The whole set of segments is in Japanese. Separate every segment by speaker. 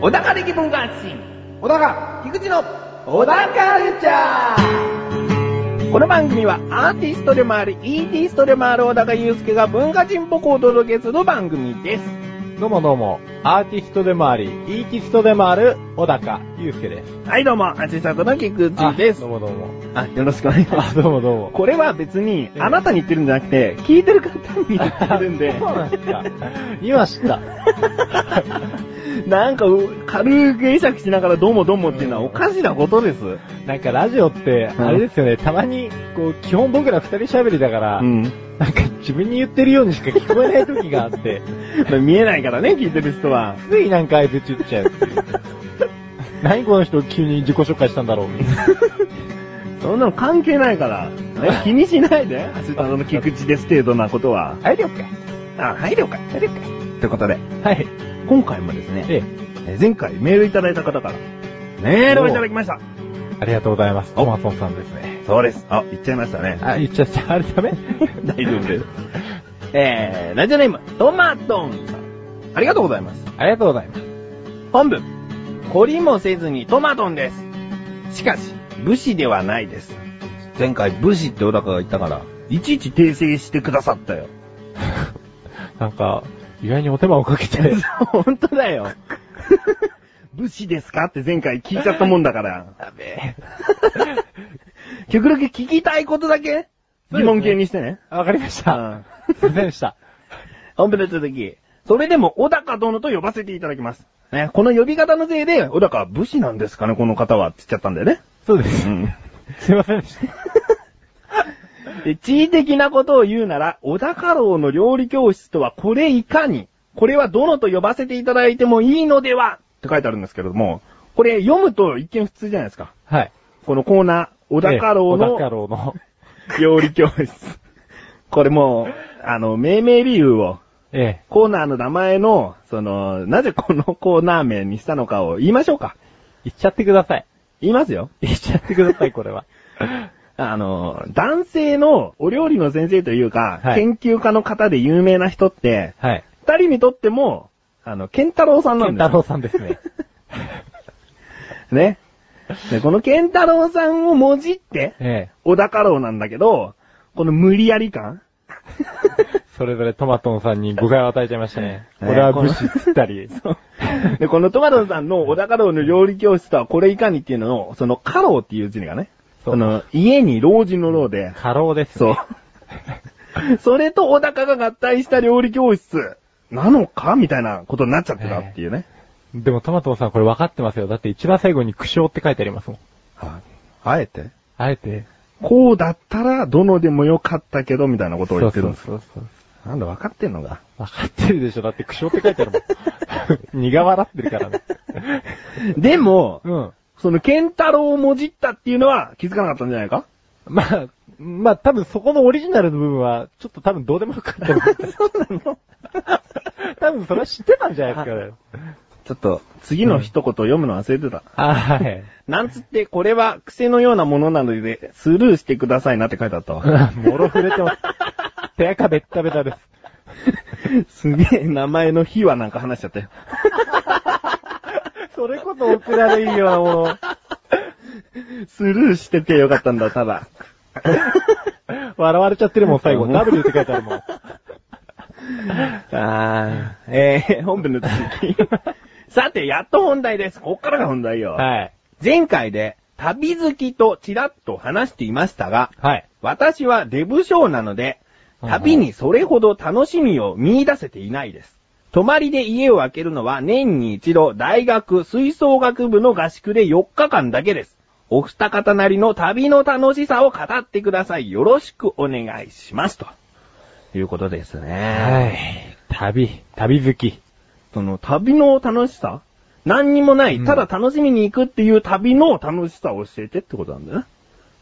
Speaker 1: 小高で疑問関心。
Speaker 2: 小高、
Speaker 1: 菊池の小高カルチャー。この番組はアーティストでもあり、イーティストでもある小高祐介が文化人っぽくお届けする番組です。
Speaker 2: どうもどうも、アーティストでもあり、イーティストでもある、小高祐介です。
Speaker 1: はい、どうも、アシスタントの菊池です
Speaker 2: どう。もどうも。
Speaker 1: あ、よろしくお願いしま
Speaker 2: あ、
Speaker 1: す。
Speaker 2: どうもどうも。
Speaker 1: これは別に、
Speaker 2: え
Speaker 1: あなたに言ってるんじゃなくて、聞いてる方に言ってるん で、
Speaker 2: そうなんですか。今知った。
Speaker 1: なんかう、軽く会釈しながらどうもどうもっていうのはおかしなことです。
Speaker 2: なんかラジオって、
Speaker 1: うん
Speaker 2: あれですよね、たまに、こう、基本僕ら二人喋りだから、
Speaker 1: うん。
Speaker 2: なんか自分に言ってるようにしか聞こえない時があって、
Speaker 1: まあ見えないからね、聞いてる人は。
Speaker 2: ついなんかあいつ言っちゃうっていう。何この人急に自己紹介したんだろうみたいな。
Speaker 1: そんなの関係ない から。ね気にしないで。アシスタントの菊池です程度なことは。
Speaker 2: はい、了解。
Speaker 1: あ、配慮か。配慮か。ということで、
Speaker 2: はい。
Speaker 1: 今回もですね、
Speaker 2: ええ、
Speaker 1: え前回メールいただいた方から、メールをいただきました。
Speaker 2: ありがとうございます。トマソンさんですね。
Speaker 1: そうです。あ、言っちゃいましたね。
Speaker 2: あ、言っちゃった。あれダメ
Speaker 1: 大丈夫です。 えー、ラジオネーム、トマトンさん。ありがとうございます。
Speaker 2: ありがとうございます。
Speaker 1: 本文。懲りもせずにトマトンです。しかし、武士ではないです。前回武士って小高が言ったから、いちいち訂正してくださったよ。
Speaker 2: なんか、意外にお手間をかけて。
Speaker 1: 本当だよ。武士ですかって前回聞いちゃったもんだ から。
Speaker 2: ダメ。
Speaker 1: 極力聞きたいことだけ
Speaker 2: そうですね
Speaker 1: 疑問形にしてね。
Speaker 2: わかりました。すいませんでした。
Speaker 1: 本部の続き。それでも、小高殿と呼ばせていただきます。ね、この呼び方のせいで、小高は武士なんですかね、この方はって言っちゃったんだよね。
Speaker 2: そうです。すいませんでした。
Speaker 1: で地位的なことを言うなら、小高郎の料理教室とはこれいかに、これは殿と呼ばせていただいてもいいのではって書いてあるんですけれども、これ読むと一見普通じゃないですか。
Speaker 2: はい。
Speaker 1: このコーナー、小高郎
Speaker 2: ええ小高
Speaker 1: の
Speaker 2: 郎の。
Speaker 1: 料理教室。 これもう、あの、命名理由を、
Speaker 2: え
Speaker 1: コーナーの名前の、その、なぜこのコーナー名にしたのかを言いましょうか。
Speaker 2: え。言っちゃってください。
Speaker 1: 言いますよ。
Speaker 2: 言っちゃってください、これは。
Speaker 1: あの、男性のお料理の先生というか、
Speaker 2: はい
Speaker 1: 研究家の方で有名な人って、
Speaker 2: はい。
Speaker 1: 二人にとっても、あの、ケンタロウさんな
Speaker 2: ケ
Speaker 1: んで
Speaker 2: ンタ
Speaker 1: す
Speaker 2: ロウ
Speaker 1: よ。
Speaker 2: さんですね。
Speaker 1: ね。で、このケンタロウさんをもじって、
Speaker 2: え
Speaker 1: 小高郎なんだけど、この無理やり感
Speaker 2: え。それぞれトマトンさんに誤解を与えちゃいましたね。
Speaker 1: ええ
Speaker 2: 俺は武士っつったり。
Speaker 1: で、このトマトさんの小高郎の料理教室とはこれいかにっていうのを、その、家老っていう字がね、
Speaker 2: そう
Speaker 1: その、家に老人の老で、
Speaker 2: 過労です、
Speaker 1: そう。 それと小高が合体した料理教室なのかみたいなことになっちゃってたっていうね。
Speaker 2: でもトマトンさんこれ分かってますよ。だって一番最後に苦笑って書いてありますもん。
Speaker 1: はいあえて
Speaker 2: あえて。
Speaker 1: こうだったら、どのでもよかったけど、みたいなことを言ってるんです
Speaker 2: そうそうそう
Speaker 1: なんだ、分かってんのか。
Speaker 2: 分かってるでしょ。だって苦笑って書いてあるもん。 苦笑ってるからね。
Speaker 1: でも、
Speaker 2: うん。
Speaker 1: その、ケンタロウをもじったっていうのは気づかなかったんじゃないか
Speaker 2: まあ、まあ多分そこのオリジナルの部分は、ちょっと多分どうでもよかった と思う
Speaker 1: そうなの
Speaker 2: 多分それは知ってたんじゃないですかね。
Speaker 1: ちょっと、次の一言を読むの忘れてた。
Speaker 2: あ、はい。
Speaker 1: なんつって、これは癖のようなものなので、スルーしてくださいなって書いてあったわ。
Speaker 2: もろ触れてます。手垢ベッタベタです。
Speaker 1: すげえ、名前の日はなんか話しちゃったよ。
Speaker 2: それこそ送られるようなもの。
Speaker 1: スルーしててよかったんだ、た だ。
Speaker 2: 笑われちゃってるもん、最後。W って書いてあるもん。
Speaker 1: あー、えー、本文の続 き。さて、やっと本題です。こっからが本題よ。
Speaker 2: はい。
Speaker 1: 前回で、旅好きとちらっと話していましたが、
Speaker 2: はい。
Speaker 1: 私はデブ症なので、旅にそれほど楽しみを見出せていないです。泊まりで家を空けるのは年に一度大学吹奏楽部の合宿で4日間だけです。お二方なりの旅の楽しさを語ってください。よろしくお願いします。ということですね。
Speaker 2: はい。旅、旅好き。
Speaker 1: その旅の楽しさ何にもな
Speaker 2: う
Speaker 1: い、
Speaker 2: ん
Speaker 1: ただ楽しみに行くっていう旅の楽しさを教えてってことなんだよね。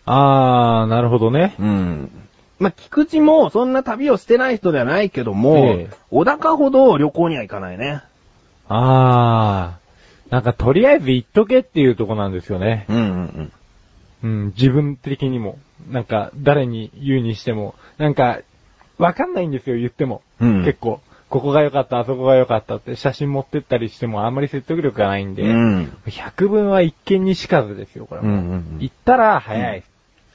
Speaker 2: あー、なるほどね。
Speaker 1: うん。まあ、菊池もそんな旅をしてない人ではないけども、
Speaker 2: ええ
Speaker 1: 小高ほど旅行には行かないね。
Speaker 2: あー。なんかとりあえず行っとけっていうとこなんですよね。
Speaker 1: うんうん
Speaker 2: うん、自分的にも、なんか、誰に言うにしても、なんか、わかんないんですよ、言っても。
Speaker 1: うん
Speaker 2: 結構、ここが良かった、あそこが良かったって写真持ってったりしても、あんまり説得力がないんで、
Speaker 1: うん。
Speaker 2: 100分は一見にしかずですよ、これは。
Speaker 1: ん
Speaker 2: 行ったら早い。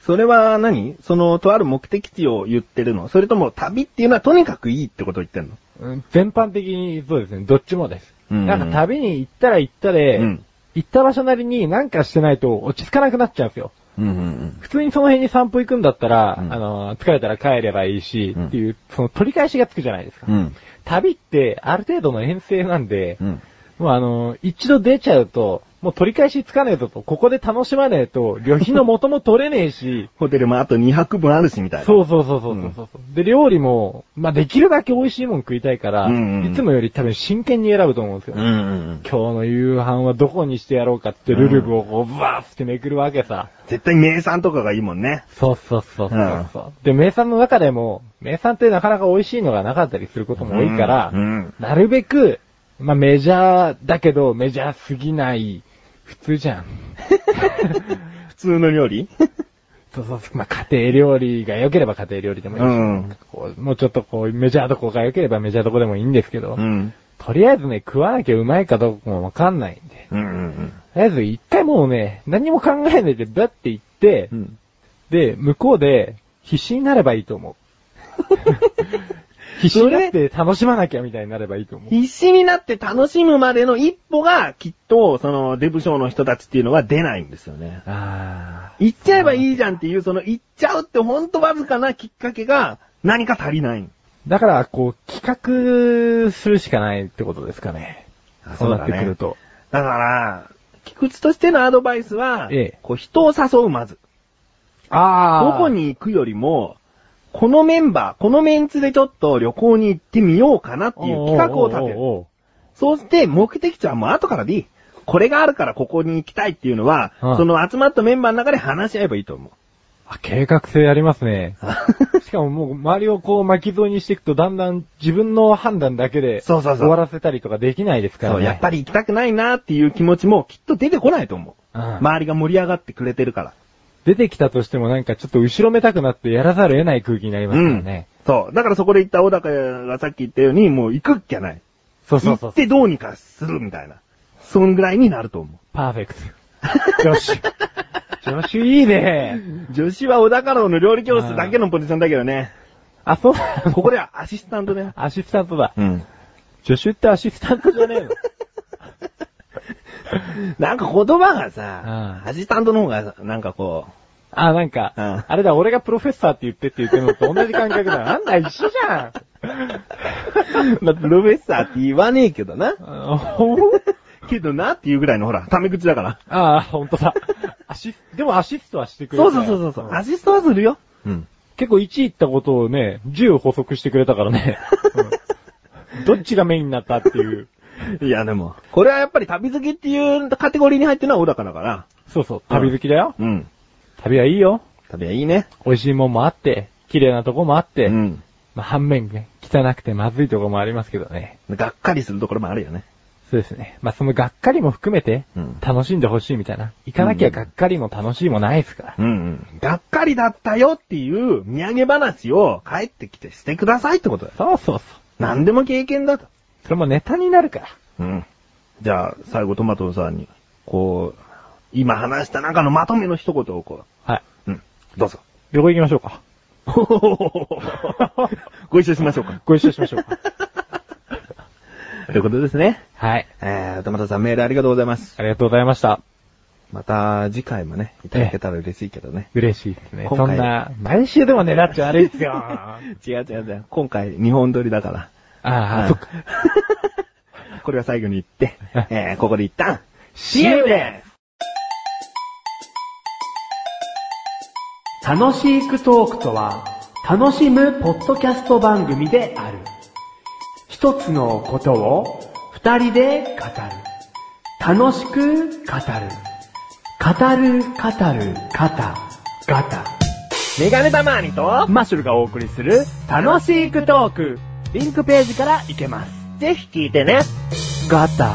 Speaker 1: それは何その、とある目的地を言ってるのそれとも旅っていうのはとにかくいいってことを言ってんの
Speaker 2: うん全般的にそうですね、どっちもです。
Speaker 1: うん
Speaker 2: なんか旅に行ったら行ったで、
Speaker 1: うん
Speaker 2: 行った場所なりになんかしてないと落ち着かなくなっちゃうんですよ。
Speaker 1: うんうん
Speaker 2: 普通にその辺に散歩行くんだったら、
Speaker 1: うん
Speaker 2: あの、疲れたら帰ればいいし、
Speaker 1: うん
Speaker 2: っていう、その取り返しがつくじゃないですか。
Speaker 1: ん。
Speaker 2: 旅って、ある程度の遠征なんで、
Speaker 1: ん。
Speaker 2: もうあの、一度出ちゃうと、もう取り返しつかねえぞと、ここで楽しまねえと、旅費の元も取れね
Speaker 1: 、
Speaker 2: えし
Speaker 1: ホテルもあと2泊分あるしみたいな。。
Speaker 2: そううそうそうそうそうそう、で、料理も、まあ、できるだけ美味しいもん食いたいから、
Speaker 1: うんうん
Speaker 2: いつもより多分真剣に選ぶと思うんですよ。
Speaker 1: うんうんうん。
Speaker 2: 今日の夕飯はどこにしてやろうかってルルブをこう、ブワーってめくるわけさ。
Speaker 1: 絶対名産とかがいいもんね。
Speaker 2: そうそうそうそうそう、で、名産の中でも、名産ってなかなか美味しいのがなかったりすることも多いから、
Speaker 1: うん。
Speaker 2: なるべく、まあ、メジャーだけど、メジャーすぎない、普通じゃん。
Speaker 1: 普通の料理
Speaker 2: そうそうそう、まあ、家庭料理が良ければ家庭料理でもいいし、
Speaker 1: うん
Speaker 2: こうもうちょっとこう、メジャーどこが良ければメジャーどこでもいいんですけど、
Speaker 1: ん。
Speaker 2: とりあえずね、食わなきゃうまいかどうかもわかんないんで、
Speaker 1: うんうん
Speaker 2: とりあえず一回もうね、何も考えないで、だって行って、
Speaker 1: うん。
Speaker 2: で、向こうで、必死になればいい と思う。必死になって楽しまなきゃみたいになればいいと思う。
Speaker 1: 必死になって楽しむまでの一歩が、きっと、その、デブ賞の人たちっていうのは出ないんですよね。
Speaker 2: あ
Speaker 1: 行っちゃえばいいじゃんっていう、その、行っちゃうってほんとわずかなきっかけが、何か足りない。
Speaker 2: ー。だから、こう、企画するしかないってことですかね。そうなってくると。
Speaker 1: だから、菊池としてのアドバイスは、
Speaker 2: ええ
Speaker 1: こう人を誘うまず。
Speaker 2: あ
Speaker 1: どこに行くよりも、このメンバー、このメンツでちょっと旅行に行ってみようかなっていう企画を立てる。
Speaker 2: お
Speaker 1: そうして目的地はもう後からでいい。これがあるからここに行きたいっていうのは、
Speaker 2: うん
Speaker 1: その集まったメンバーの中で話し合えばいいと思う。
Speaker 2: あ、計画性あります ね。しかももう、周りをこう巻き添えにしていくと、だんだん自分の判断だけで、
Speaker 1: そうそうそう
Speaker 2: 終わらせたりとかできないですからね。
Speaker 1: そう、やっぱり行きたくないなっていう気持ちもきっと出てこないと思う。
Speaker 2: うん
Speaker 1: 周りが盛り上がってくれてるから。
Speaker 2: 出てきたとしてもなんかちょっと後ろめたくなってやらざるを得ない空気になりますからね。
Speaker 1: そう。だからそこで言った小高がさっき言ったように、もう行くっきゃない。
Speaker 2: そうそうそ
Speaker 1: 行
Speaker 2: う
Speaker 1: っ。てどうにかするみたいな。そんぐらいになると思
Speaker 2: パーフェク ト。よし。女子いいね。
Speaker 1: う。女子は小高郎の料理教室だけのポジションだけど ね。
Speaker 2: あ、そう。
Speaker 1: ここではアシスタントね。
Speaker 2: アシスタントだ。
Speaker 1: うん。
Speaker 2: 助手ってアシスタントじゃねえ の
Speaker 1: なんか言葉がさ、
Speaker 2: うん
Speaker 1: アシスタントの方が、なんかこ
Speaker 2: あ、なんか、
Speaker 1: うん
Speaker 2: あれだ、俺がプロフェッサーって言ってって言ってるのと同じ感覚だ。あんな一緒じ ゃん。
Speaker 1: う、まあ、プロフェッサーって言わねえけどな。
Speaker 2: あほん
Speaker 1: けどなっていうぐらいのほら、タメ口だから。
Speaker 2: あ、ほんとだ。アシス、でもアシストはしてくれ
Speaker 1: そ
Speaker 2: る
Speaker 1: うそうそうそうそう。アシストはするよ。うん。
Speaker 2: 結構1位行ったことをね、10補足してくれたからね。 うんどっちがメインになったっていう。
Speaker 1: いやでも、これはやっぱり旅好きっていうカテゴリーに入ってるのは小高だから。
Speaker 2: そうそう、旅好きだよ。
Speaker 1: うん。
Speaker 2: 旅はいいよ。
Speaker 1: 旅はいいね。
Speaker 2: 美味しいもんもあって、綺麗なとこもあって、
Speaker 1: うん。
Speaker 2: まあ、反面ね、汚くてまずいとこもありますけどね。
Speaker 1: がっかりするところもあるよね。
Speaker 2: そうですね。まあ、そのがっかりも含めて
Speaker 1: うん、
Speaker 2: 楽しんでほしいみたいな。行かなきゃがっかりも楽しいもないですか
Speaker 1: う
Speaker 2: ら。
Speaker 1: んうん。がっかりだったよっていう土産話を帰ってきてしてくださいってことだよ。
Speaker 2: そうそうそう。
Speaker 1: 何でも経験だと。
Speaker 2: それもネタになるから。
Speaker 1: うん。じゃあ、最後トマトさんに、こう、今話した中のまとめの一言をこ
Speaker 2: はい。
Speaker 1: う。うん。どう ぞ。
Speaker 2: 旅行行きましょうか。
Speaker 1: ご一緒しましょうか。
Speaker 2: ご一緒しましょ うか。
Speaker 1: ということですね。
Speaker 2: はい。
Speaker 1: えー、トマトさんメールありがとうございます。
Speaker 2: ありがとうございました。
Speaker 1: また次回もね、いただけたら嬉しいけどね。
Speaker 2: 嬉しいですね。
Speaker 1: 今
Speaker 2: そ
Speaker 1: 回
Speaker 2: んな、毎週でも狙っちゃ悪い っすよ。あ
Speaker 1: 違う違う違う。今回、日本撮りだから。
Speaker 2: あ、そっか。
Speaker 1: これは最後に言 って
Speaker 2: うん、
Speaker 1: えー、ここで一旦、
Speaker 2: CM
Speaker 3: です楽しいクトークとは、楽しむポッドキャスト番組である。一つのことを二人で語る。楽しく語る。語る、語る、語ガタ。
Speaker 1: メガネたまにと、
Speaker 3: マッシュルがお送りする、楽しいクトーク。リンクページから行けます。
Speaker 1: ぜひ聞いてね。
Speaker 3: ガタ。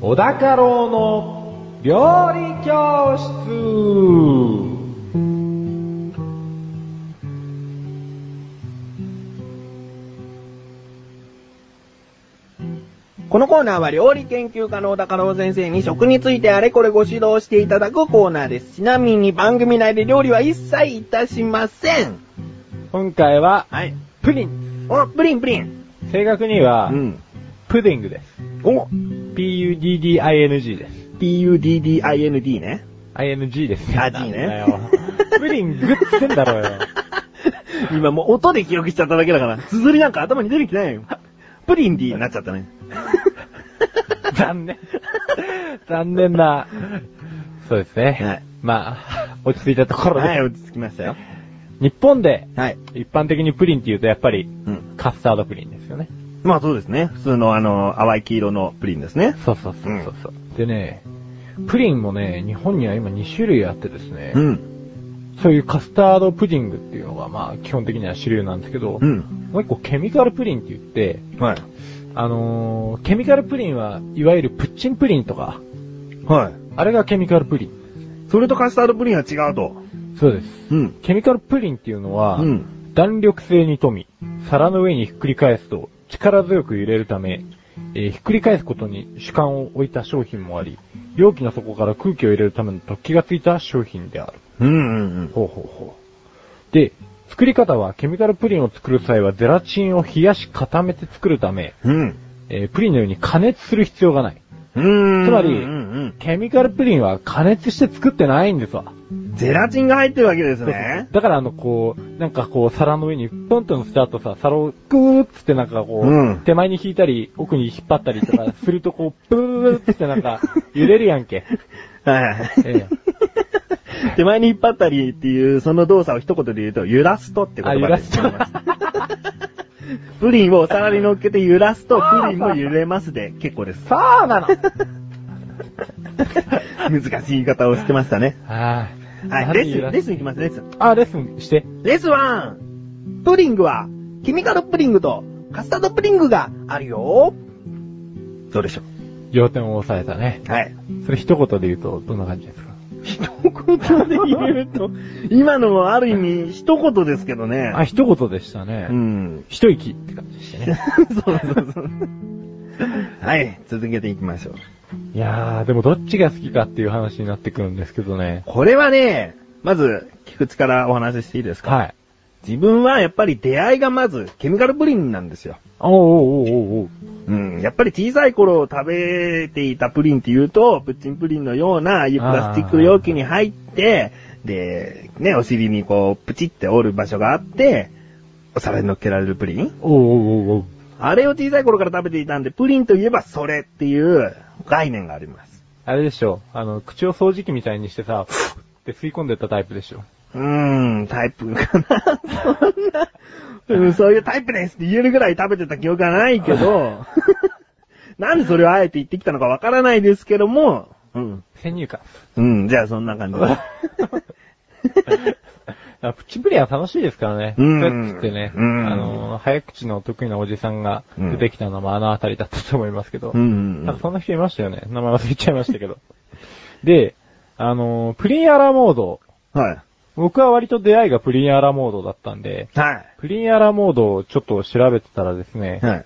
Speaker 2: 小高郎の料理教室
Speaker 1: このコーナーは料理研究家の小高郎先生に食についてあれこれご指導していただくコーナーです。ちなみに番組内で料理は一切いたしません。
Speaker 2: 今回は、
Speaker 1: はい。
Speaker 2: プリン。
Speaker 1: お、プリンプリン。
Speaker 2: 正確には、
Speaker 1: ん。
Speaker 2: プディングです。
Speaker 1: お、
Speaker 2: P-U-D-D-I-N-G です。
Speaker 1: P-U-D-D-I-N-D ね。
Speaker 2: ING です。
Speaker 1: あ G ね
Speaker 2: なんだよプリングっつってんだろ うよ。
Speaker 1: 今もう音で記憶しちゃっただけだから、綴りなんか頭に出てきてないよ。プリンディーになっちゃったね。
Speaker 2: 残念。残念な。そうですね。
Speaker 1: はい
Speaker 2: まあ、落ち着いたところで。
Speaker 1: はい、落ち着きましたよ。
Speaker 2: 日本で、
Speaker 1: はい。
Speaker 2: 一般的にプリンって言うとやっぱり、
Speaker 1: うん。
Speaker 2: カスタードプリンですよね。
Speaker 1: まあそうですね。普通のあの、淡い黄色のプリンですね。
Speaker 2: そうそうそうそうそう、でね、プリンもね、日本には今2種類あってですね、
Speaker 1: うん。
Speaker 2: そういうカスタードプディングっていうのがまあ基本的には主流なんですけど、
Speaker 1: うん。
Speaker 2: もう一個ケミカルプリンって言って、
Speaker 1: はい。
Speaker 2: あのーケミカルプリンはいわゆるプッチンプリンとか、
Speaker 1: はい。
Speaker 2: あれがケミカルプリン。
Speaker 1: それとカスタードプリンは違うと。
Speaker 2: そうです。
Speaker 1: うん。
Speaker 2: ケミカルプリンっていうのは、
Speaker 1: うん。
Speaker 2: 弾力性に富み、皿の上にひっくり返すと力強く揺れるため、えーひっくり返すことに主観を置いた商品もあり、容器の底から空気を入れるための突起がついた商品である。
Speaker 1: うんうんうん。
Speaker 2: ほうほうほう。で、作り方はケミカルプリンを作る際はゼラチンを冷やし固めて作るため、
Speaker 1: うん。
Speaker 2: えープリンのように加熱する必要がない。
Speaker 1: うん。
Speaker 2: つまり
Speaker 1: うん
Speaker 2: ケミカルプリンは加熱して作ってないんですわ。
Speaker 1: うん。ゼラチンが入ってるわけですね。
Speaker 2: だからあの、こう、なんかこう、皿の上にポンと乗せた後さ、皿をグーッつってなんかこう、
Speaker 1: うん
Speaker 2: 手前に引いたり、奥に引っ張ったりとかするとこう、ブーッつってなんか、揺れるやんけ。
Speaker 1: はい。
Speaker 2: え
Speaker 1: 手前に引っ張ったりっていう、その動作を一言で言うと、揺らすとって言
Speaker 2: あ
Speaker 1: 葉です。 プリンをお皿に乗っけて揺らすと、プリンも揺れますで、結構です
Speaker 2: え。そうなの
Speaker 1: 難しい言い方をしてましたね。
Speaker 2: あー
Speaker 1: はい、
Speaker 2: 何
Speaker 1: レッ
Speaker 2: 揺
Speaker 1: スン、
Speaker 2: ら
Speaker 1: レッスンいきます、レッスン。
Speaker 2: あ、レッスンして。
Speaker 1: レッスン 1! プリングは、黄ミカルプリングとカスタードプリングがあるよどうでしょ
Speaker 2: 要点を押さえたね。
Speaker 1: うはい。
Speaker 2: それ一言で言うと、どんな感じですか
Speaker 1: 一言で言うと、今のもある意味一言ですけどね。
Speaker 2: あ、一言でしたね。
Speaker 1: うん。
Speaker 2: 一息って感じでしたね。
Speaker 1: そうそうそう。はい、続けていきましょう。
Speaker 2: いやー、でもどっちが好きかっていう話になってくるんですけどね。
Speaker 1: これはね、まず、菊池からお話ししていいですか
Speaker 2: はい。
Speaker 1: 自分はやっぱり出会いがまず、ケミカルプリンなんですよ。
Speaker 2: おうおうおうおうおう。
Speaker 1: うん。やっぱり小さい頃食べていたプリンっていうと、プッチンプリンのような、ああいうプラスチック容器に入って、で、ね、お尻にこう、プチって折る場所があって、お皿に乗っけられるプリン
Speaker 2: おうおうおうおう。
Speaker 1: あれを小さい頃から食べていたんで、プリンといえばそれっていう概念があります。
Speaker 2: あれでしょ、あの、口を掃除機みたいにして さ、って吸い込んでったタイプでしょ。
Speaker 1: うーん、タイプかな。そんな、うん、そういうタイプですって言えるぐらい食べてた記憶がないけど、 なんでそれをあえて言ってきたのかわからないですけども、うん。
Speaker 2: 先入観。
Speaker 1: うん、じゃあそんな感じで。
Speaker 2: あプチプリンは楽しいですからね。
Speaker 1: うん
Speaker 2: そうやってね、
Speaker 1: うん
Speaker 2: あの、早口の得意なおじさんが出てきたのもあのあたりだったと思いますけど、
Speaker 1: うん
Speaker 2: なんかそんな人いましたよね。名前忘れちゃいましたけど。で、あの、プリンアラモード。
Speaker 1: は
Speaker 2: 僕は割と出会いがプリンアラモードだったんで、
Speaker 1: い。は
Speaker 2: プリンアラモードをちょっと調べてたらですね
Speaker 1: い。、はい。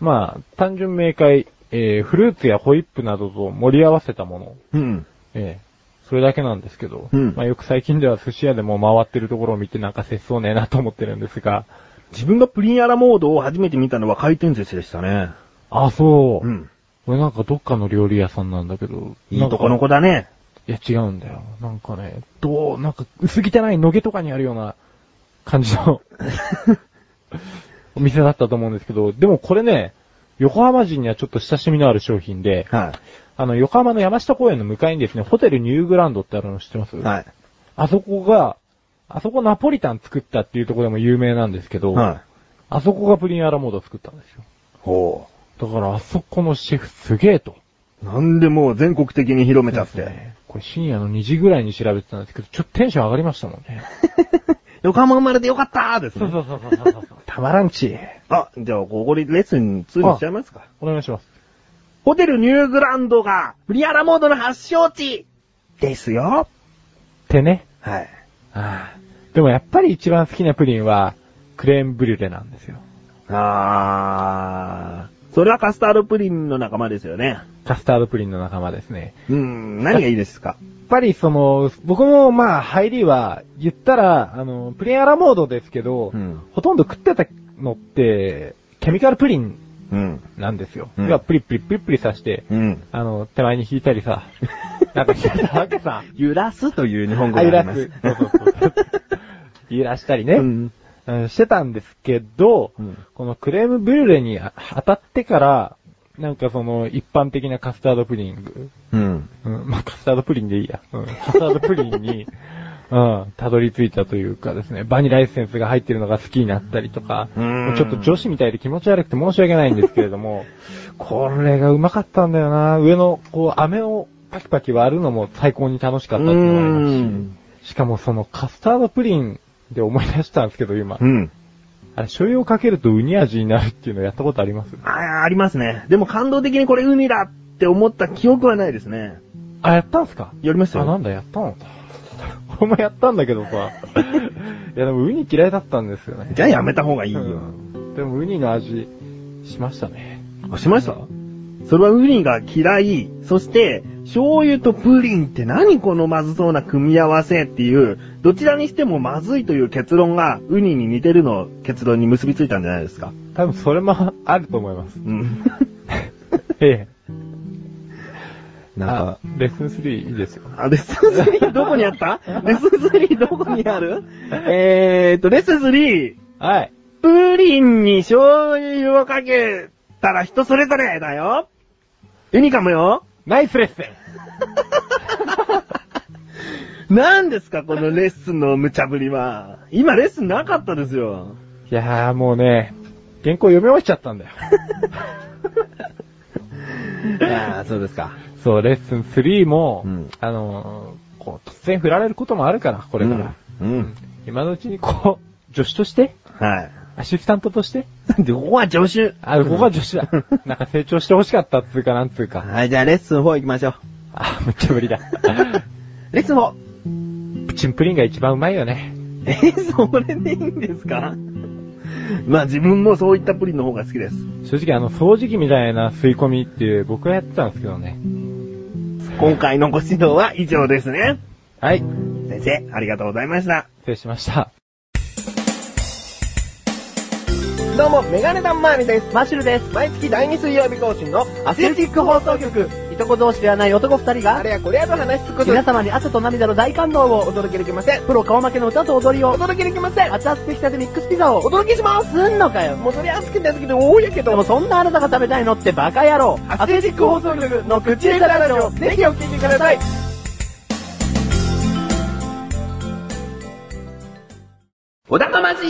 Speaker 2: まあ、単純明快、えーフルーツやホイップなどと盛り合わせたもの。
Speaker 1: うん。
Speaker 2: ええ。それだけなんですけど、
Speaker 1: うん
Speaker 2: まあよく最近では寿司屋でも回ってるところを見てなんか節操ねえなと思ってるんですが、
Speaker 1: 自分がプリンアラモードを初めて見たのは回転寿司でしたね。
Speaker 2: あ、そう。
Speaker 1: ん。
Speaker 2: これなんかどっかの料理屋さんなんだけど、
Speaker 1: いいとこの子
Speaker 2: だ。
Speaker 1: だね。
Speaker 2: いや違うんだよ。なんかね、どう、なんか薄汚いのげとかにあるような感 じのお店だったと思うんですけど、でもこれね、横浜人にはちょっと親しみのある商品で、
Speaker 1: は
Speaker 2: あの、横浜の山下公園の向かいにですね、ホテルニューグランドってあるの知ってます
Speaker 1: い。はい。
Speaker 2: あそこが、あそこナポリタン作ったっていうところでも有名なんですけど、
Speaker 1: はい。
Speaker 2: あそこがプリンアラモード作ったんですよ。
Speaker 1: ほ
Speaker 2: だからあそこのシェフすげえと。
Speaker 1: う。なんでもう全国的に広めちゃって。
Speaker 2: ねこれ深夜の2時ぐらいに調べてたんですけど、ちょっとテンション上がりましたもんね。
Speaker 1: 横浜生まれてよかったーです
Speaker 2: そう
Speaker 1: ね。
Speaker 2: そうそうそうそう。たまらんち。
Speaker 1: あ、じゃあここでレッスン2にしちゃいますか。
Speaker 2: お願いします。
Speaker 1: ホテルニューグランドが、フリアラモードの発祥地ですよ。
Speaker 2: てね。
Speaker 1: はい。
Speaker 2: ああ。でもやっぱり一番好きなプリンは、クレーンブリュレなんですよ。
Speaker 1: あー、それはカスタードプリンの仲間ですよね。
Speaker 2: カスタードプリンの仲間ですね。
Speaker 1: うーん、何がいいですか
Speaker 2: やっぱりその、僕もまあ入りは、言ったら、あの、プリンアラモードですけど、
Speaker 1: ん。
Speaker 2: ほとんど食ってたのって、ケミカルプリン
Speaker 1: うん。
Speaker 2: なんですよ。
Speaker 1: うん
Speaker 2: 要はプリプリプリプリさして、
Speaker 1: うん。
Speaker 2: あの、手前に引いたりさ、なんか引いたわけさ。
Speaker 1: 揺らすという日本語があ
Speaker 2: あ揺
Speaker 1: り
Speaker 2: ら
Speaker 1: ます
Speaker 2: す。。そうそうそう揺らしたりね、
Speaker 1: うん。
Speaker 2: うんしてたんですけど、
Speaker 1: うん
Speaker 2: このクレームブリュレにあ当たってから、なんかその一般的なカスタードプリン、
Speaker 1: うん。
Speaker 2: うん、まあ、カスタードプリンでいいや。うん、カスタードプリンに、 うん、たどり着いたというかですね、バニラエッセンスが入ってるのが好きになったりとか、
Speaker 1: うん
Speaker 2: ちょっと女子みたいで気持ち悪くて申し訳ないんですけれども、これがうまかったんだよな上の、こう、飴をパキパキ割るのも最高に楽しかったっていうのもありますし、しかもそのカスタードプリンで思い出したんですけど、今。
Speaker 1: うん。
Speaker 2: あれ、醤油をかけるとウニ味になるっていうのやったことあります
Speaker 1: あ、ありますね。でも感動的にこれ海だって思った記憶はないですね。
Speaker 2: あ、やったんすか
Speaker 1: やりました
Speaker 2: あ、な
Speaker 1: よ。
Speaker 2: んだ、やったのほんまやったんだけど さ。いや、でもウニ嫌いだったんですよね。
Speaker 1: じゃあやめた方がいいよ。
Speaker 2: うんでもウニの味、しましたね。
Speaker 1: あ、しましたそれはウニが嫌い。そして、醤油とプリンって何このまずそうな組み合わせっていう、どちらにしてもまずいという結論が、ウニに似てるのを結論に結びついたんじゃないですか。
Speaker 2: 多分それもあると思います。
Speaker 1: うん。
Speaker 2: ええ。
Speaker 1: なんか、
Speaker 2: あ、レッスン3いいですよ。
Speaker 1: あ、レッスン3どこにあったレッスン3どこにある えーっと、レッスン3、
Speaker 2: はい。
Speaker 1: プリンに醤油をかけたら人それぞれだよ。ユニカムよ。
Speaker 2: ナイスレッスン
Speaker 1: 何ですか、このレッスンの無茶ぶりは。今レッスンなかったですよ。
Speaker 2: いやーもうね、原稿読み終わっちゃったんだよ。
Speaker 1: ああ、そうですか。
Speaker 2: そう、レッスン3も、
Speaker 1: うん
Speaker 2: あのーこう、突然振られることもあるから、こ
Speaker 1: こ
Speaker 2: れから。。
Speaker 1: うん。
Speaker 2: 今のうちにこう、助手として、
Speaker 1: はい。
Speaker 2: アシスタントとして、
Speaker 1: で、ここは助手。
Speaker 2: あ、ここは女子だ。 なんか成長して欲しかったっつうかなんつうか。
Speaker 1: はい、じゃあレッスン4行きましょう。
Speaker 2: あ、むっちゃ無 理だ。
Speaker 1: レッスン 4!
Speaker 2: プチンプリンが一番うまいよね。
Speaker 1: えー、それでいいんですかまあ自分もそういったプリンの方が好きです。
Speaker 2: 正直あの、掃除機みたいな吸い込みっていう僕はやってたんですけどね。
Speaker 1: 今回のご指導は以上ですね。
Speaker 2: はい。
Speaker 1: 先生、ありがとうございました。
Speaker 2: 失礼しました。
Speaker 1: どうも、メガネタンマーニです。マッシュルです。毎月第2水曜日更新のアスレチック放送局。
Speaker 4: いとこ同士ではない男二人
Speaker 1: あ
Speaker 4: が、
Speaker 1: れやこれやと話しつくこと
Speaker 4: 皆様に汗と涙の大感動を、
Speaker 1: お届けできません。
Speaker 4: プロ顔負けの歌と踊り
Speaker 1: お
Speaker 4: を、
Speaker 1: 届けできません。
Speaker 4: 熱々できたてミックスピザ
Speaker 1: お
Speaker 4: を、
Speaker 1: 届けします。
Speaker 4: すんのかよ。
Speaker 1: もうそれ熱くて熱くて多いやけ
Speaker 4: でも
Speaker 1: ど。
Speaker 4: そんなあなたが食べたいのってバカ野郎。
Speaker 1: アスレチック放送局の口枝ラジオ、ぜひお聞きください。おだかまじ、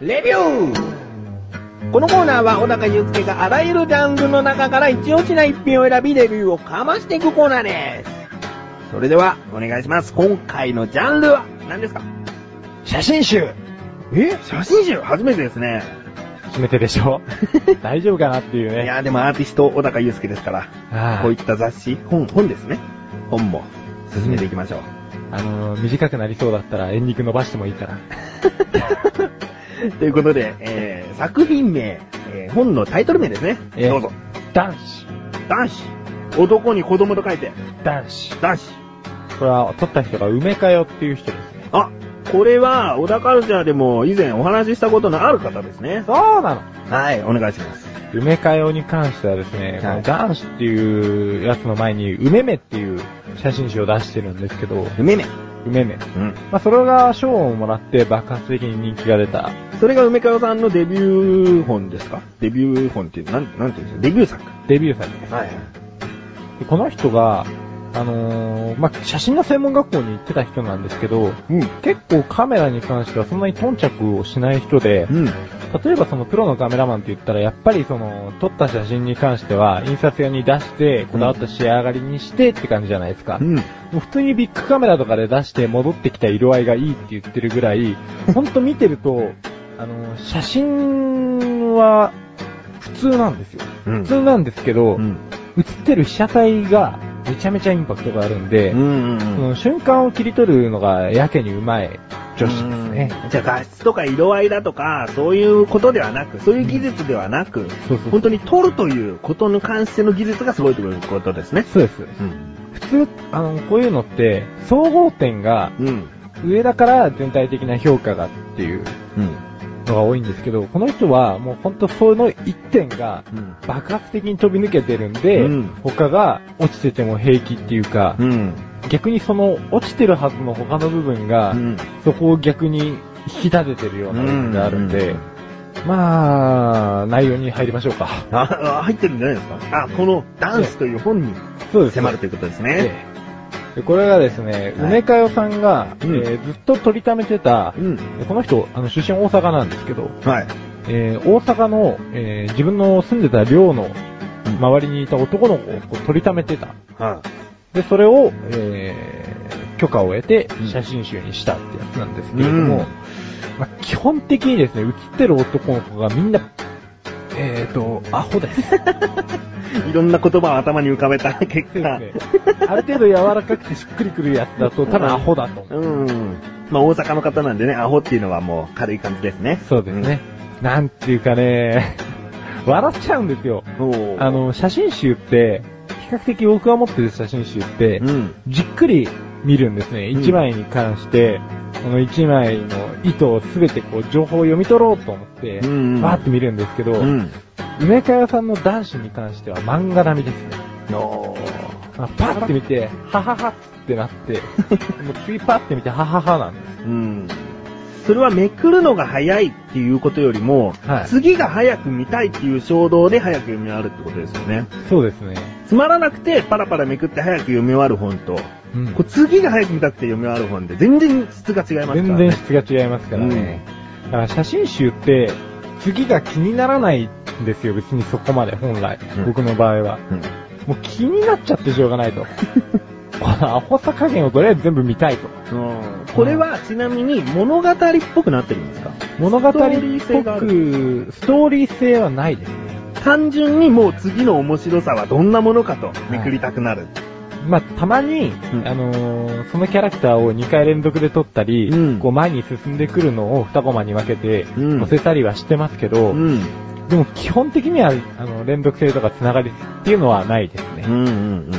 Speaker 1: レビューこのコーナーは小高祐介があらゆるジャンルの中から一押しな一品を選びレビューをかましていくコーナーです。それではお願いします。今回のジャンルは何ですか
Speaker 2: 写真集
Speaker 1: え写真集初めてですね。
Speaker 2: 初めてでし ょ大丈夫かなっていう
Speaker 1: い
Speaker 2: ね。
Speaker 1: やでもアーティスト小高祐介ですから。
Speaker 2: あ
Speaker 1: こうい
Speaker 2: ー
Speaker 1: った雑誌、本、本ですね。本も進めていきましょう。
Speaker 2: あのー、短くなりそうだったらエンディング伸ばしてもいいから。
Speaker 1: ということで、えー、作品名、えー、本のタイトル名ですね。
Speaker 2: えー
Speaker 1: どうぞ。
Speaker 2: 男子
Speaker 1: 男子。男に子供と書いて、
Speaker 2: 男子
Speaker 1: 男子。
Speaker 2: これは撮った人が梅かよっていう人ですね。
Speaker 1: あ、これは、小田カルチャーでも以前お話ししたことのある方ですね。
Speaker 2: そうなの
Speaker 1: はい、お願いします。
Speaker 2: 梅かよに関してはですね、
Speaker 1: はい
Speaker 2: この男子っていうやつの前に、梅目っていう写真集を出してるんですけど、
Speaker 1: 梅目。
Speaker 2: 梅目。
Speaker 1: うん。
Speaker 2: まあ、それが賞をもらって爆発的に人気が出た。
Speaker 1: それが梅川さんのデビュー本ですかデビュー本っていう、なん、なんていうんですかデビュー作。
Speaker 2: デビュー作です。
Speaker 1: はい。
Speaker 2: でこの人が、あのーまあ、写真の専門学校に行ってた人なんですけど、
Speaker 1: うん。
Speaker 2: 結構カメラに関してはそんなに頓着をしない人で、
Speaker 1: うん。
Speaker 2: 例えばそのプロのカメラマンって言ったら、やっぱりその、撮った写真に関しては、印刷屋に出して、こだわった仕上がりにしてって感じじゃないですか。も
Speaker 1: うん。
Speaker 2: う普通にビッグカメラとかで出して戻ってきた色合いがいいって言ってるぐらい、ほんと見てると、あの、写真は、普通なんですよ。
Speaker 1: うん
Speaker 2: 普通なんですけど、
Speaker 1: うん。
Speaker 2: 映ってる被写体がめちゃめちゃインパクトがあるんで、
Speaker 1: うんうん
Speaker 2: その瞬間を切り取るのがやけにうまい女子ですね。
Speaker 1: うんじゃあ画質とか色合いだとか、そういうことではなく、そういう技術ではなく、
Speaker 2: そうそう
Speaker 1: 本当に撮るということに関しての技術がすごいということですね。
Speaker 2: そうです。
Speaker 1: うん。
Speaker 2: 普通、あの、こういうのって、総合点が
Speaker 1: うん。
Speaker 2: 上だから全体的な評価がっていう
Speaker 1: うん。
Speaker 2: のが多いんですけど、この人はもうほんとその一点が
Speaker 1: うん
Speaker 2: 爆発的に飛び抜けてるんで、
Speaker 1: うん
Speaker 2: 他が落ちてても平気っていうか、
Speaker 1: うん。
Speaker 2: 逆にその落ちてるはずの他の部分が、
Speaker 1: うん。
Speaker 2: そこを逆に引き立ててるような部分があるんで、
Speaker 1: うん
Speaker 2: まあ、内容に入りましょうか。
Speaker 1: あ、あ入ってるんじゃないですかあ、このダンスという本に
Speaker 2: そうです
Speaker 1: 迫るということですね。
Speaker 2: ええでこれがですね、
Speaker 1: はい
Speaker 2: 梅かよさんが、
Speaker 1: うん
Speaker 2: えーずっと取りためてた、
Speaker 1: うん。
Speaker 2: この人、あの、出身大阪なんですけど、
Speaker 1: はい。
Speaker 2: えー大阪の、えー自分の住んでた寮の周りにいた男の子をこう取りためてた。
Speaker 1: は
Speaker 2: で、それを、えー許可を得て
Speaker 1: うん
Speaker 2: 写真集にしたってやつなんですけれども、
Speaker 1: うん
Speaker 2: まあ、基本的にですね、写ってる男の子がみんな、えーと、アホです。
Speaker 1: い。いろんな言葉を頭に浮かべた 結
Speaker 2: そう
Speaker 1: 果。
Speaker 2: ですね。ある程度柔らかくてしっくりくるやつだと、多分アホだと思う。
Speaker 1: うん。まあ大阪の方なんでね、アホっていうのはもう軽い感じですね。
Speaker 2: そうですね。なんていうかね、笑っちゃうんですよ。
Speaker 1: うん。おー
Speaker 2: あ、の、写真集って、比較的僕が持ってる写真集って、
Speaker 1: うん。
Speaker 2: じっくり見るんですね。
Speaker 1: うん
Speaker 2: 一枚に関して、この一枚の意図をすべてこう、情報を読み取ろうと思って、
Speaker 1: うんうん
Speaker 2: バーって見るんですけど、
Speaker 1: うん。
Speaker 2: 梅川さんの男子に関しては漫画並みですね。
Speaker 1: お
Speaker 2: まあパッて見て、はははって なって、もう次パッて見て、はははなんです。
Speaker 1: うん。それはめくるのが早いっていうことよりも、
Speaker 2: はい
Speaker 1: 次が早く見たいっていう衝動で早く読み終わるってことですよね。
Speaker 2: そうですね。
Speaker 1: つまらなくてパラパラめくって早く読み終わる本と、
Speaker 2: うん
Speaker 1: こう次が早く見たくて読み終わる本で全然質が違いますか
Speaker 2: 全
Speaker 1: ら
Speaker 2: 然
Speaker 1: ね。
Speaker 2: 質が違いますからね。だから写真集って、次が気にならないんですよ、別にそこまで、本来。
Speaker 1: うん
Speaker 2: 僕の場合は。
Speaker 1: 全
Speaker 2: もう気になっちゃってしょうがないと。このアホさ加減をとりあえず全部見たいと。
Speaker 1: うん。これはちなみに物語っぽくなってるんですか
Speaker 2: 物語っぽ
Speaker 1: ストーリー性があ
Speaker 2: く、ストーリー性はないですね。
Speaker 1: 単純にもう次の面白さはどんなものかとめくりたくなる。
Speaker 2: まあ、たまに、
Speaker 1: うん
Speaker 2: あのーそのキャラクターを2回連続で撮ったり、
Speaker 1: うん
Speaker 2: こう前に進んでくるのを2コマに分けて
Speaker 1: うん
Speaker 2: 載せたりはしてますけど、
Speaker 1: ん。
Speaker 2: でも基本的には、あの、連続性とか繋がりっていうのはないです
Speaker 1: う
Speaker 2: ね。
Speaker 1: んうん
Speaker 2: うん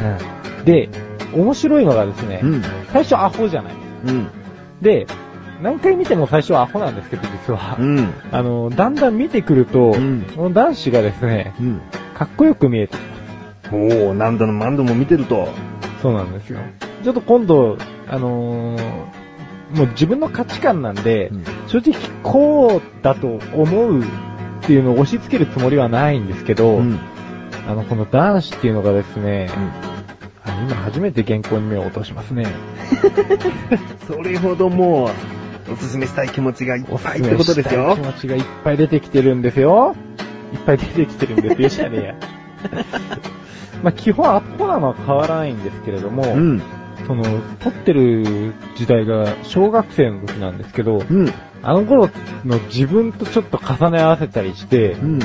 Speaker 2: で、面白いのがですね、
Speaker 1: うん。
Speaker 2: 最初アホじゃない。
Speaker 1: うん。
Speaker 2: で、何回見ても最初はアホなんですけど、実は。
Speaker 1: うん。
Speaker 2: あの、だんだん見てくると、
Speaker 1: うん
Speaker 2: この男子がですね、
Speaker 1: うん。
Speaker 2: かっこよく見えてきま
Speaker 1: おー、何度も何度も見てると。
Speaker 2: す。そうなんですよ。ちょっと今度、あのーもう自分の価値観なんで、
Speaker 1: うん
Speaker 2: 正直こうだと思うっていうのを押し付けるつもりはないんですけど、
Speaker 1: うん。
Speaker 2: あの、この男子っていうのがですね、あ今初めて原稿に目を落としますね。
Speaker 1: それほどもう、おすすめしたい気持ちがいっぱいってことです
Speaker 2: お
Speaker 1: よ
Speaker 2: 勧。めしたい気持ちがいっぱい出てきてるんですよ。いっぱい出てきてるんです よ、じゃねえや。まあ、基本アップなのは変わらないんですけれども、
Speaker 1: うん。
Speaker 2: その、撮ってる時代が小学生の時なんですけど、
Speaker 1: うん。
Speaker 2: あの頃の自分とちょっと重ね合わせたりして、
Speaker 1: うん。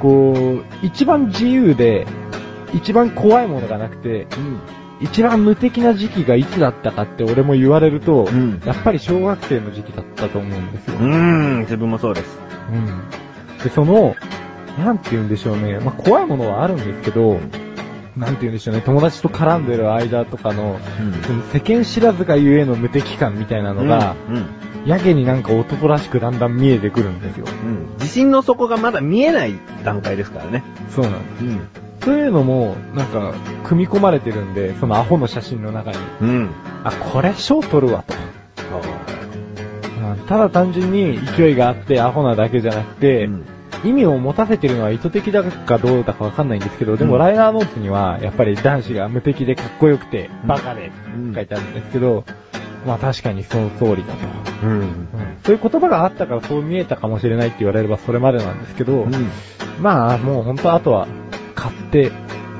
Speaker 2: こう、一番自由で、一番怖いものがなくて、一番無敵な時期がいつだったかって俺も言われると、
Speaker 1: うん
Speaker 2: やっぱり小学生の時期だったと思うんですよ。
Speaker 1: うん。自分もそうです。
Speaker 2: うん。で、その、なんて言うんでしょうね。まあ、怖いものはあるんですけど、なんて言うんでしょうね。友達と絡んでる間とかの、その世間知らずがゆえの無敵感みたいなのが、
Speaker 1: うん。
Speaker 2: やけになんか男らしくだんだん見えてくるんですよ。
Speaker 1: うん。自信の底がまだ見えない段階ですからね。
Speaker 2: そうなんで
Speaker 1: うん。
Speaker 2: す。そういうのも、なんか、組み込まれてるんで、そのアホの写真の中に、
Speaker 1: うん。
Speaker 2: あ、これ賞取るわと。うんただ単純に勢いがあってアホなだけじゃなくて、
Speaker 1: うん
Speaker 2: 意味を持たせてるのは意図的だかどうだかわかんないんですけど、で
Speaker 1: う
Speaker 2: も
Speaker 1: ん
Speaker 2: ライナーノーツには、やっぱり男子が無敵でかっこよくて、
Speaker 1: うん
Speaker 2: バカで、書いてあるんですけど、まあ確かにその通りだと。
Speaker 1: うん。
Speaker 2: そういう言葉があったからそう見えたかもしれないって言われればそれまでなんですけど、
Speaker 1: うん。
Speaker 2: まあもう本当あとは買って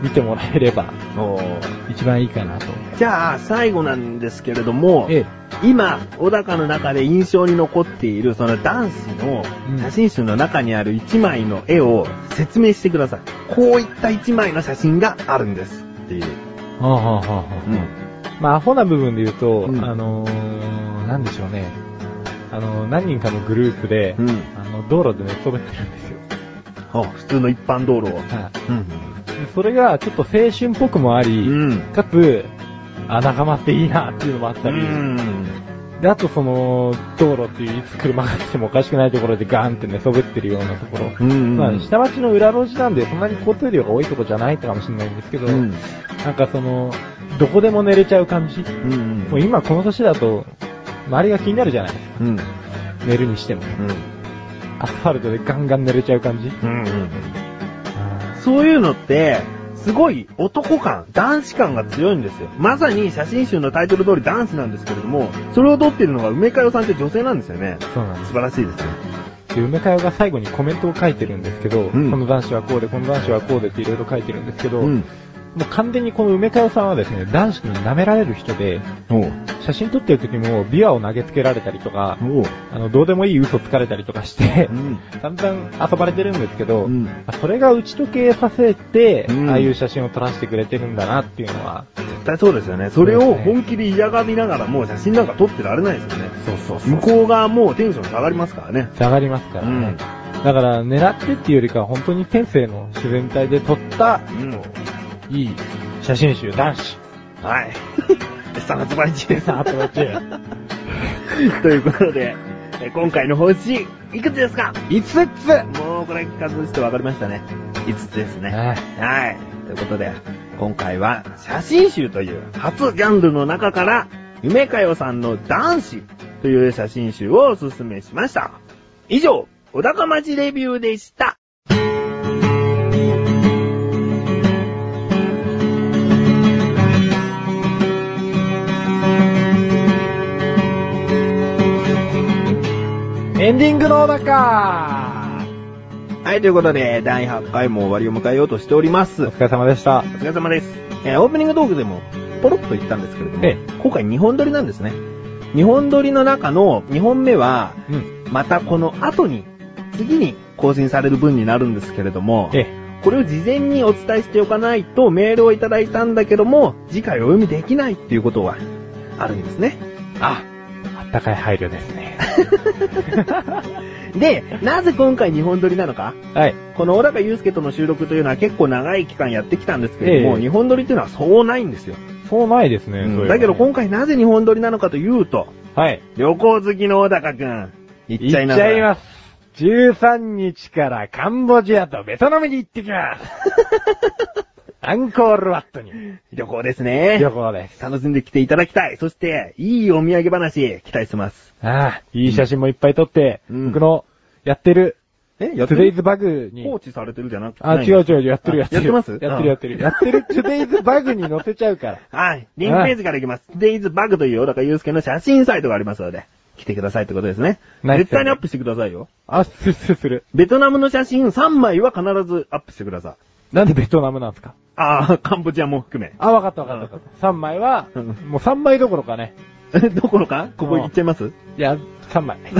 Speaker 2: 見てもらえれば
Speaker 1: おー
Speaker 2: 一番いいかなと。
Speaker 1: じゃあ、最後なんですけれども、
Speaker 2: ええ
Speaker 1: 今、小高の中で印象に残っている、その男子の
Speaker 2: うん
Speaker 1: 写真集の中にある一枚の絵を説明してください。こういった一枚の写真があるんです。っていう。
Speaker 2: はあはあはあはあまあ、アホな部分で言うと、
Speaker 1: うん
Speaker 2: あのー、なんでしょうね。あのー、何人かのグループで、
Speaker 1: うん
Speaker 2: あの、道路で寝そべってるんですよ。
Speaker 1: あ普通の一般道路を。
Speaker 2: は
Speaker 1: うん。
Speaker 2: い。それが、ちょっと青春っぽくもあり、
Speaker 1: うん。
Speaker 2: かつ、あ、仲間っていいなっていうのもあったり、で、あとその、道路っていう、いつ車が来てもおかしくないところでガーンって寝そべってるようなところ。
Speaker 1: うん。
Speaker 2: まあ、下町の裏路地なんで、そんなに交通量が多いとこじゃないかもしれないんですけど、
Speaker 1: うん。
Speaker 2: なんかその、どこでも寝れちゃう感じ。
Speaker 1: うん。
Speaker 2: もう今この年だと、周りが気になるじゃない
Speaker 1: うん。
Speaker 2: 寝るにしても。アスファルトでガンガン寝れちゃう感じ。
Speaker 1: うん。うん。そういうのって、すごい男感、男子感が強いんですよ。まさに写真集のタイトル通り男子なんですけれども、それを撮ってるのが梅かよさんって女性なんですよね。
Speaker 2: そうなんで
Speaker 1: 素
Speaker 2: す。
Speaker 1: 晴らしいですね。
Speaker 2: で、梅かよが最後にコメントを書いてるんですけど、
Speaker 1: ん
Speaker 2: この男子はこうで、この男子はこうでっていろいろ書いてるんですけど、
Speaker 1: う
Speaker 2: も
Speaker 1: ん。
Speaker 2: う完全にこの梅かよさんはですね、男子に舐められる人で、
Speaker 1: おう。
Speaker 2: 写真撮ってる時もビワを投げつけられたりとか、
Speaker 1: おう。
Speaker 2: あの、どうでもいい嘘つかれたりとかして、
Speaker 1: ん。
Speaker 2: 散々遊ばれてるんですけど、
Speaker 1: うん
Speaker 2: それが打ち解けさせて、
Speaker 1: うん
Speaker 2: ああいう写真を撮らせてくれてるんだなっていうのは、
Speaker 1: 絶対そうですよね。それを本気で嫌がりながらもう写真なんか撮ってられないですよね。
Speaker 2: そうそう
Speaker 1: 向こう側もうテンション下がりますからね。
Speaker 2: 下がりますからね。だから、狙ってっていうよりかは、本当に天性の自然体で撮った、
Speaker 1: うん。
Speaker 2: いい写真集、男子。
Speaker 1: はい。 絶賛発売中です。
Speaker 2: さあ、友達。
Speaker 1: ということで、え今回の星、いくつですか
Speaker 2: 5つ
Speaker 1: もうこれ数して分かりましたね。5つですね。
Speaker 2: はい
Speaker 1: はい。ということで、今回は写真集という初ジャンルの中から、夢かよさんの男子という写真集をおすすめしました。以上、小高町レビューでした。
Speaker 2: エンディングの中
Speaker 1: はい、ということで、第8回も終わりを迎えようとしておりま
Speaker 2: お
Speaker 1: す。お
Speaker 2: 疲れ様でした。
Speaker 1: 疲れ様です。えーオープニングトークでもポロッと言ったんですけれども、
Speaker 2: え
Speaker 1: 今回2本撮りなんですね。2本撮りの中の2本目は、
Speaker 2: うん。
Speaker 1: またこの後に、次に更新される分になるんですけれども、
Speaker 2: え
Speaker 1: これを事前にお伝えしておかないとメールをいただいたんだけども、次回お読みできないっていうことはあるんですね。
Speaker 2: あ、あったかい配慮ですね。
Speaker 1: で、なぜ今回日本撮りなのか
Speaker 2: はい。
Speaker 1: この小高祐介との収録というのは結構長い期間やってきたんですけれども、
Speaker 2: ええ
Speaker 1: 日本撮りっていうのはそうないんですよ。
Speaker 2: そうないですね、そういえば
Speaker 1: だけど今回なぜ日本撮りなのかというと、
Speaker 2: はい。
Speaker 1: 旅行好きの小高くん、行っちゃいな
Speaker 2: 行
Speaker 1: さ
Speaker 2: っ
Speaker 1: い。
Speaker 2: ちゃいます。13日からカンボジアとベトナムに行ってきます。 アンコールワットに
Speaker 1: 旅行ですね。
Speaker 2: 旅行です。
Speaker 1: 楽しんできていただきたい。そして、いいお土産話、期待してます。
Speaker 2: ああ、いい写真もいっぱい撮って、
Speaker 1: うん
Speaker 2: 僕のやってる、
Speaker 1: えや
Speaker 2: トゥデイズバグに、
Speaker 1: 放置されてるじゃなくて。
Speaker 2: あ、
Speaker 1: ない
Speaker 2: 違う違う、やってるやってる。
Speaker 1: やってます
Speaker 2: やってるやってる。やってるトゥデイズバグに載せちゃうから。
Speaker 1: はい。リンクページからいきます。Days Bug という小高祐介の写真サイトがありますので、来てくださいってことですね。
Speaker 2: ナイス
Speaker 1: 絶対にアップしてくださいよ。
Speaker 2: あ、すすする。
Speaker 1: ベトナムの写真3枚は必ずアップしてください。
Speaker 2: なんでベトナムなんですか
Speaker 1: あー、カンボジアも含め。
Speaker 2: あ、わかったわかったわかった。3枚は、
Speaker 1: うん
Speaker 2: もう3枚どころかね。
Speaker 1: えどころかここ行っちゃいます
Speaker 2: いや、3枚。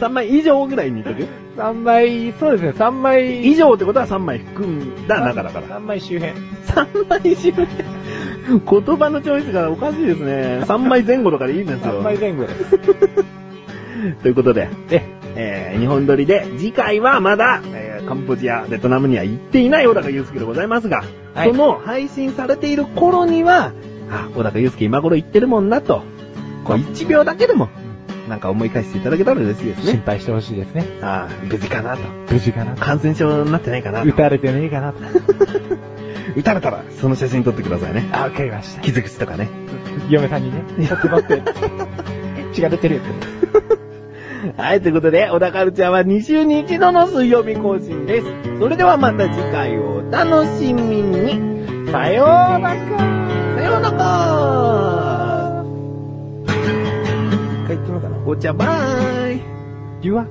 Speaker 1: ?3 枚以上ぐらいにいっとく
Speaker 2: 3枚、そうですね、3枚
Speaker 1: 以上ってことは3枚含んだ中だから。
Speaker 2: 3枚周辺。
Speaker 1: 3枚周辺。言葉のチョイスがおかしいですね。3枚前後とかでいいんですよ
Speaker 2: 3。枚前後です。
Speaker 1: ということで、
Speaker 2: で、
Speaker 1: えー、日本撮りで、次回はまだ、えー、カンボジア、ベトナムには行っていない小高祐介でございますが、
Speaker 2: はい
Speaker 1: その配信されている頃には、あ、小高祐介今頃行ってるもんなと、こう1秒だけでも、なんか思い返していただけたら嬉しいです
Speaker 2: 心
Speaker 1: ね。
Speaker 2: 配してほしいですね。
Speaker 1: あー 無事かなと。
Speaker 2: 無事かな
Speaker 1: 感染症になってないかな
Speaker 2: 撃。たれてねえかなと。
Speaker 1: 撃たれたら、その写真撮ってくださいね。
Speaker 2: あ、わかりました。
Speaker 1: 傷口とかね。
Speaker 2: 嫁さんにね、ちょっと待 って、血が出てるって。
Speaker 1: はい、ということで、小田カルチャーは2週に1度の水曜日更新です。それではまた次回をお楽しみに。さようならさようなら一回言ってみようかな。お茶バーイ
Speaker 2: 言わ